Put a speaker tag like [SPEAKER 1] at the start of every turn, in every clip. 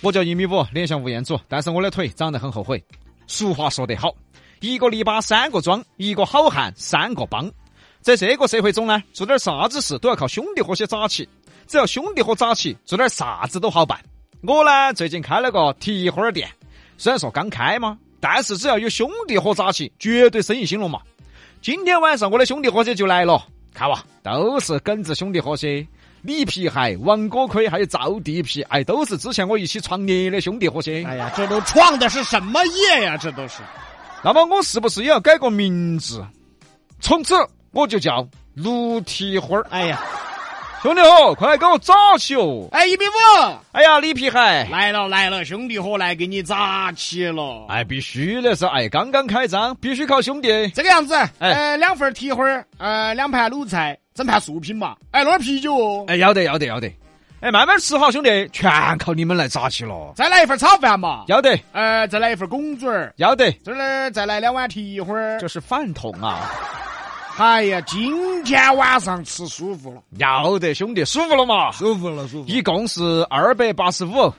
[SPEAKER 1] 我叫一米五，脸像吴彦祖，但是我的腿长得很后悔。俗话说得好，一个篱笆三个桩，一个好汉三个帮。在这个社会中呢，做点啥子事都要靠兄弟伙些扎起。只要兄弟伙扎起，做点啥子都好办。我呢，最近开了个蹄花儿店，虽然说刚开嘛，但是只要有兄弟伙扎起，绝对生意兴隆嘛。今天晚上我的兄弟伙些就来了，看哇，都是耿直兄弟伙些。李皮海、王锅盔还有赵地皮，哎，都是之前我一起创业的兄弟伙些。
[SPEAKER 2] 哎呀，这都创的是什么业呀？这都是
[SPEAKER 1] 那么我是不是也要改个名字？从此我就叫卢蹄花儿。
[SPEAKER 2] 哎呀，
[SPEAKER 1] 兄弟伙，快来给我扎起哦！
[SPEAKER 2] 哎，一米五
[SPEAKER 1] 哎呀，李皮海，
[SPEAKER 2] 来了来了，兄弟伙来给你扎起了。
[SPEAKER 1] 哎，必须的是，哎，刚刚开张，必须靠兄弟。
[SPEAKER 2] 这个样子，呃，两份蹄花儿，呃，两盘卤菜，整盘素品嘛，哎，弄点啤酒哦，
[SPEAKER 1] 哎，要得要得要得，哎，慢慢吃好，兄弟，全靠你们来扎起了。
[SPEAKER 2] 再来一份炒饭嘛，
[SPEAKER 1] 要得
[SPEAKER 2] 呃，再来一份拱嘴儿，
[SPEAKER 1] 要得，
[SPEAKER 2] 这儿再来两碗蹄花儿
[SPEAKER 1] 这。是饭桶啊！
[SPEAKER 2] 哎呀，今天晚上吃舒服了，
[SPEAKER 1] 要得，兄弟，舒服了嘛？
[SPEAKER 2] 舒服了，舒服
[SPEAKER 1] 一共是二百八十五，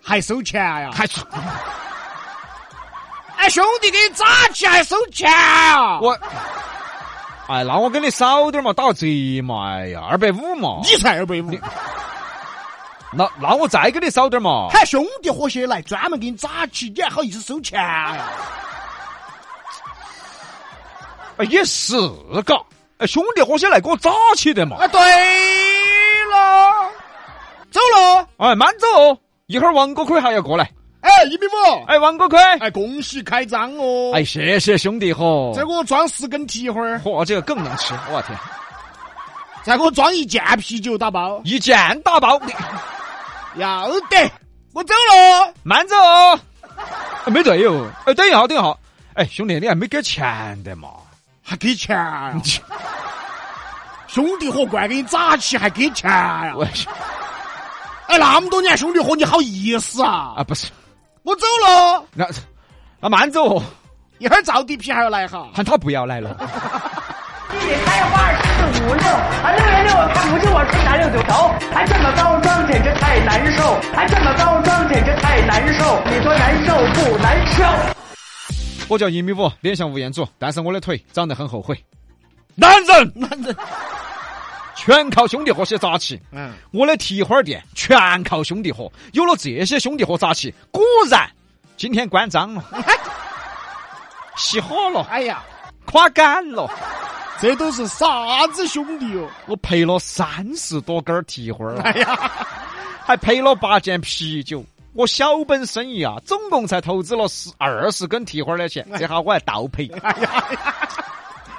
[SPEAKER 2] 还收钱呀？
[SPEAKER 1] 还
[SPEAKER 2] 哎，兄弟，给你扎起还收钱啊？
[SPEAKER 1] 我，哎，那我给你少点嘛，打个折嘛，哎呀，二百五嘛，
[SPEAKER 2] 你才二百五，
[SPEAKER 1] 那那我再给你少点嘛，
[SPEAKER 2] 喊兄弟伙些来专门给你扎起，你还好意思收钱啊呀？
[SPEAKER 1] 哎也是嘎，哎兄弟伙些来给我扎起的嘛，
[SPEAKER 2] 啊，对了，走了，
[SPEAKER 1] 哎慢走哦，一会儿王哥盔还要过来，
[SPEAKER 2] 哎，一米五，
[SPEAKER 1] 哎王哥盔，
[SPEAKER 2] 哎，恭喜开张哦！
[SPEAKER 1] 哎谢谢兄弟伙，
[SPEAKER 2] 再给我装十根蹄花儿，
[SPEAKER 1] 嚯这个更能吃，我天，
[SPEAKER 2] 再给我装一件啤酒打包，
[SPEAKER 1] 一箭打爆，
[SPEAKER 2] 要得，我走了。
[SPEAKER 1] 慢走哦，哎没对哟，哎等一下等一下，哎兄弟你还没给钱的嘛，
[SPEAKER 2] 还给钱啊？ 兄弟伙怪给你扎起还给钱呀、
[SPEAKER 1] 我
[SPEAKER 2] 哎，那么多年兄弟伙，你好意思啊？
[SPEAKER 1] 啊不是，
[SPEAKER 2] 我走了，
[SPEAKER 1] 那那慢走哦，
[SPEAKER 2] 一会儿赵地皮还要来哈。
[SPEAKER 1] 喊他不要来了。
[SPEAKER 3] 还有二四五六，啊六六六，看不见我吹打六九头，还这么高装，简直太难受，还这么高装，简直太难受，你说难受不难受？
[SPEAKER 1] 我叫一米五，脸像吴彦祖，但是我的腿长得很后悔。
[SPEAKER 2] 男人，男人，
[SPEAKER 1] 全靠兄弟伙些扎起，
[SPEAKER 2] 嗯，
[SPEAKER 1] 我的蹄花儿店全靠兄弟伙，有了这些兄弟伙扎起，果然今天关张了，熄火了，
[SPEAKER 2] 哎呀，
[SPEAKER 1] 垮杆了，
[SPEAKER 2] 这都是啥子兄弟哟、
[SPEAKER 1] 我赔了三十多根儿蹄花儿，啊
[SPEAKER 2] 哎呀，
[SPEAKER 1] 还赔了八件啤酒。我小本生意啊，总共才投资了十二十根蹄花儿的钱，这下我还倒赔。
[SPEAKER 2] 哎呀，哎呀，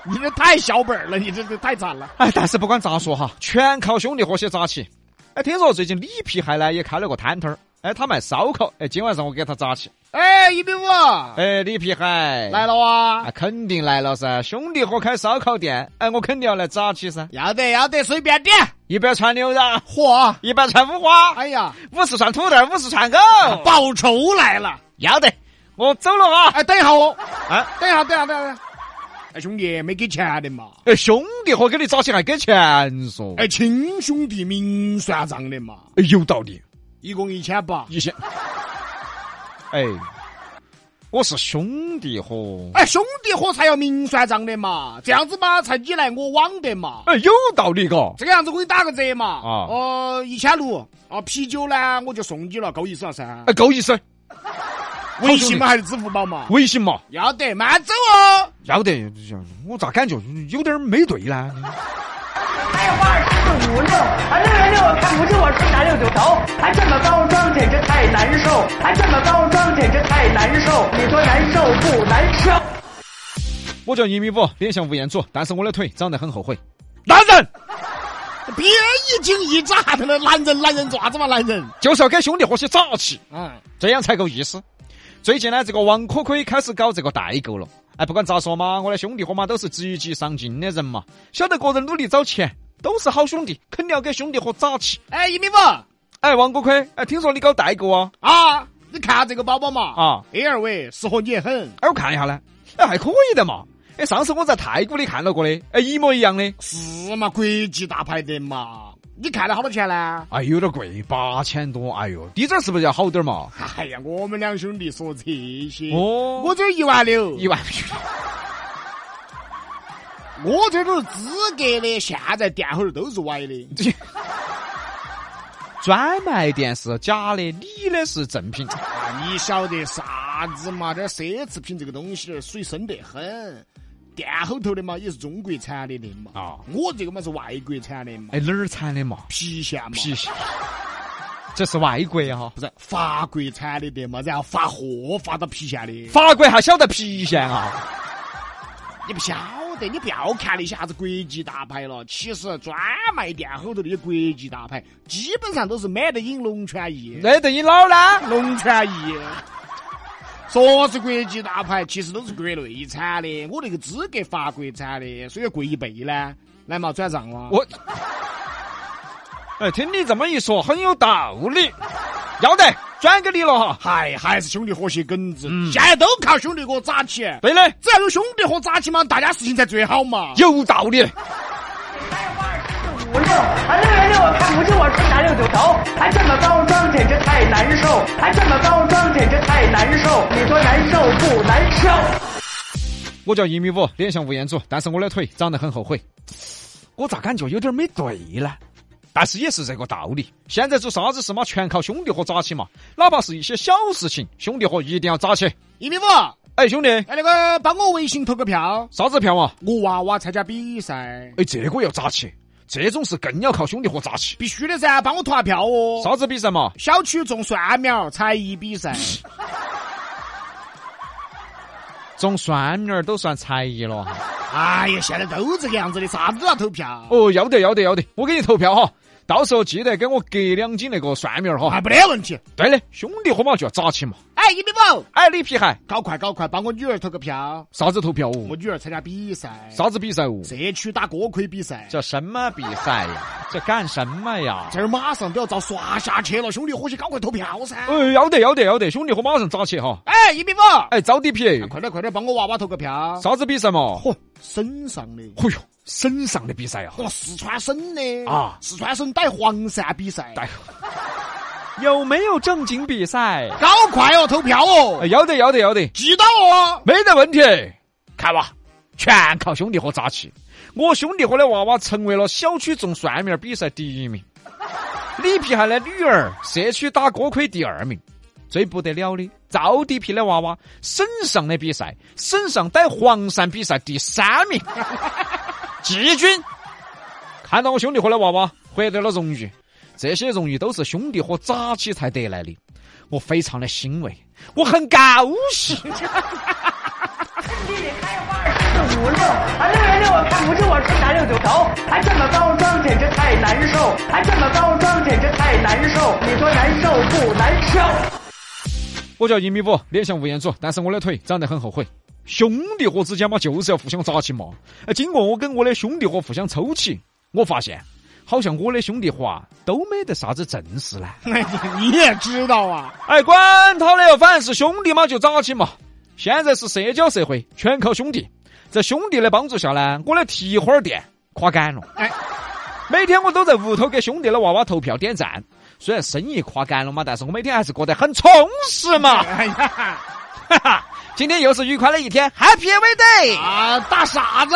[SPEAKER 2] 你这太小本儿了，你这这太惨了。
[SPEAKER 1] 哎，但是不管咋说哈，全靠兄弟伙些扎起。哎，听说最近李皮海呢也开了个摊摊儿，哎，他卖烧烤，哎，今晚上我给他扎起。
[SPEAKER 2] 哎，一米五
[SPEAKER 1] 哎，李皮海
[SPEAKER 2] 来，了啊
[SPEAKER 1] 啊，！肯定来了噻，兄弟伙开烧烤店，哎，我肯定要来扎起噻。
[SPEAKER 2] 要得要得，随便点。
[SPEAKER 1] 一百串牛肉，
[SPEAKER 2] 嚯，啊
[SPEAKER 1] 一百串五花，
[SPEAKER 2] 哎呀，
[SPEAKER 1] 五十串土豆，五十串狗，
[SPEAKER 2] 报仇来了！
[SPEAKER 1] 要得，我走了啊！
[SPEAKER 2] 哎，等一下哦，
[SPEAKER 1] 啊，
[SPEAKER 2] 等一下，等一下，等一下。哎，兄弟，没给钱的嘛？
[SPEAKER 1] 哎，兄弟伙给你扎起还给钱说，
[SPEAKER 2] 哎，亲兄弟明算账的嘛，
[SPEAKER 1] 哎，有道理，
[SPEAKER 2] 一共一千八。
[SPEAKER 1] 一些，哎，我是兄弟伙。
[SPEAKER 2] 哎，兄弟伙才要明算账的嘛，这样子嘛才你来我往的嘛。
[SPEAKER 1] 哎，有道理嘎。
[SPEAKER 2] 这个样子我给你打个折嘛，
[SPEAKER 1] 啊
[SPEAKER 2] 哦，一千六，啊，啤酒呢我就送你了，够意思了噻。
[SPEAKER 1] 哎，够意思，
[SPEAKER 2] 微信嘛还是支付宝嘛？
[SPEAKER 1] 微信嘛，
[SPEAKER 2] 要得，慢走哦。
[SPEAKER 1] 要得，我咋感觉有点儿没对呢？
[SPEAKER 3] 还有二四五六，啊六六六，看不见我吹打六九头，还这么高装，简直太难受，还这么高装，简直太难受，你说难受不难受？
[SPEAKER 1] 我叫一米五，脸像吴彦祖，但是我的腿长得很后悔。男人，
[SPEAKER 2] 别一惊一乍的了，男人男人爪子嘛，男人。
[SPEAKER 1] 就是要给兄弟伙些扎气，
[SPEAKER 2] 嗯，
[SPEAKER 1] 这样才够意思。最近呢，这个王可可也开始搞这个代购了。哎，不管咋说嘛，我的兄弟伙嘛都是积极上进的人嘛，晓得个人努力找钱，都是好兄弟，肯定要给兄弟伙扎气。
[SPEAKER 2] 哎，一米五
[SPEAKER 1] 哎，王可可，哎，听说你搞代购啊？
[SPEAKER 2] 啊，你看这个包包嘛，
[SPEAKER 1] 啊，
[SPEAKER 2] 哎二位适合你很，
[SPEAKER 1] 哎，我看一下呢，哎，还可以的嘛。哎，上次我在太古里看到过的，哎，一模一样的。
[SPEAKER 2] 是嘛？国际大牌的嘛，你看了好多钱呢？
[SPEAKER 1] 哎，有点贵，八千多。哎呦，低点儿是不是要好点儿嘛？
[SPEAKER 2] 哎呀，我们两兄弟说这些，
[SPEAKER 1] 哦
[SPEAKER 2] 我这儿一万六，
[SPEAKER 1] 一万。
[SPEAKER 2] 我这都是资格的，现在店后头都是歪的。
[SPEAKER 1] 专卖店是假的，你的是正品。
[SPEAKER 2] 啊，你晓得啥子嘛？这奢侈品这个东西水深得很，店后头的嘛也是中国产的的嘛。
[SPEAKER 1] 啊
[SPEAKER 2] 我这个嘛是外国产的嘛，
[SPEAKER 1] 哎，哪儿产的嘛？
[SPEAKER 2] 郫县嘛，
[SPEAKER 1] 皮鞋，这是外国呀、哈，
[SPEAKER 2] 不是法国产的的嘛，然后发货发到郫县的。
[SPEAKER 1] 法国还晓得郫县啊？
[SPEAKER 2] 你不晓得，你不要看那些啥子国际大牌了，其实专卖店后头那些国际大牌，基本上都是买得赢龙泉驿。
[SPEAKER 1] 那对你老呢？
[SPEAKER 2] 龙泉驿。 说是国际大牌，其实都是国内产的。我那个资格法国产的，所以要贵一倍呢。来嘛，转账嘛。
[SPEAKER 1] 我，哎，听你这么一说，很有道理。要得，转给你了哈。
[SPEAKER 2] 还还是兄弟伙些梗子，现在都靠兄弟伙扎起。
[SPEAKER 1] 对的，
[SPEAKER 2] 只要有兄弟伙扎起嘛，大家事情才最好嘛。
[SPEAKER 1] 有道理。
[SPEAKER 3] 五六，啊，六元六我看不就我是拿六九头，还这么高张，简直太难受，还这么高张，简直太难受，你说难受不难受？
[SPEAKER 1] 我叫一米五，脸像吴彦祖，但是我的腿长得很后悔。我咋感觉有点没对呢？但是也是这个道理。现在做啥子事嘛，全靠兄弟伙扎起嘛。哪怕是一些小事情，兄弟伙一定要扎起。
[SPEAKER 2] 一米五，
[SPEAKER 1] 哎，兄弟，
[SPEAKER 2] 哎，那个帮我微信投个票，
[SPEAKER 1] 啥子票啊？
[SPEAKER 2] 我娃娃参加比赛，
[SPEAKER 1] 哎，这个要扎起，这种事更要靠兄弟伙扎起。
[SPEAKER 2] 必须的噻，帮我投下票哦。
[SPEAKER 1] 啥子比赛嘛？
[SPEAKER 2] 小区种蒜苗才艺比 赛，
[SPEAKER 1] 种蒜苗儿都算才艺了。
[SPEAKER 2] 哎呀，现在都这个样子的，啥子都要投票。
[SPEAKER 1] 哦，要得要得要得，我给你投票哈。到时候记得给我隔两斤那个蒜苗儿哈
[SPEAKER 2] 啊，。没得问题。
[SPEAKER 1] 对的，兄弟伙嘛就要扎起嘛。
[SPEAKER 2] 哎，一米五，
[SPEAKER 1] 哎，你皮孩，
[SPEAKER 2] 搞快搞快，帮我女儿投个票。
[SPEAKER 1] 啥子投票
[SPEAKER 2] 我
[SPEAKER 1] 哦？
[SPEAKER 2] 女儿参加比赛，
[SPEAKER 1] 啥子比赛哦？
[SPEAKER 2] 社区打锅盔比赛，
[SPEAKER 1] 这什么比赛呀？这干什么呀？
[SPEAKER 2] 这儿马上都要遭刷下去了，兄弟伙计，赶快投票噻！
[SPEAKER 1] 呃，要得要得要得，兄弟伙马上扎起哈。
[SPEAKER 2] 哎，一米五，
[SPEAKER 1] 哎，招底皮，
[SPEAKER 2] 快点快点，帮我娃娃投个票。
[SPEAKER 1] 啥子比赛嘛？
[SPEAKER 2] 嚯，省上的，
[SPEAKER 1] 嚯哟，省上的比赛啊！
[SPEAKER 2] 嚯，四川省的
[SPEAKER 1] 啊
[SPEAKER 2] 四川省逮黄鳝比赛，
[SPEAKER 1] 带，有没有正经比赛？
[SPEAKER 2] 搞快哦，投票哦，
[SPEAKER 1] 哎，要得要得要得。
[SPEAKER 2] 记到哦。
[SPEAKER 1] 没得问题。看哇，全靠兄弟伙扎起。我兄弟伙的娃娃成为了小区种蒜苗比赛第一名，李皮孩的女儿社区打锅盔第二名。最不得了的，赵地皮的娃娃省上的比赛，省上逮黄鳝比赛第三名，季军。看到我兄弟伙的娃娃获得了荣誉，这些荣誉都是兄弟伙扎起才得来的，我非常的欣慰，我很高兴。
[SPEAKER 3] 地里开花四五六，啊六元六我看不就我是拿六九头，还这么高张，简直太难受，还这么高张，简直太难受，你说难受不难受？
[SPEAKER 1] 我叫一米五，脸像吴彦祖，但是我的腿长得很后悔。兄弟伙之间嘛，就是要互相扎起嘛。呃经过我跟我的兄弟伙互相抽起，我发现好像我的兄弟伙啊都没得啥子正事呢。
[SPEAKER 2] 你也知道啊，
[SPEAKER 1] 哎，管他的，反正是兄弟嘛，就扎起嘛。现在是社交社会，全靠兄弟。在兄弟的帮助下呢，我的蹄花儿店垮杆了。
[SPEAKER 2] 哎，
[SPEAKER 1] 每天我都在屋头给兄弟的娃娃投票点赞。虽然生意垮杆了嘛，但是我每天还是过得很充实嘛。
[SPEAKER 2] 哎呀，
[SPEAKER 1] 哈哈，今天又是愉快的一天，Happy every day。
[SPEAKER 2] 啊，大傻子。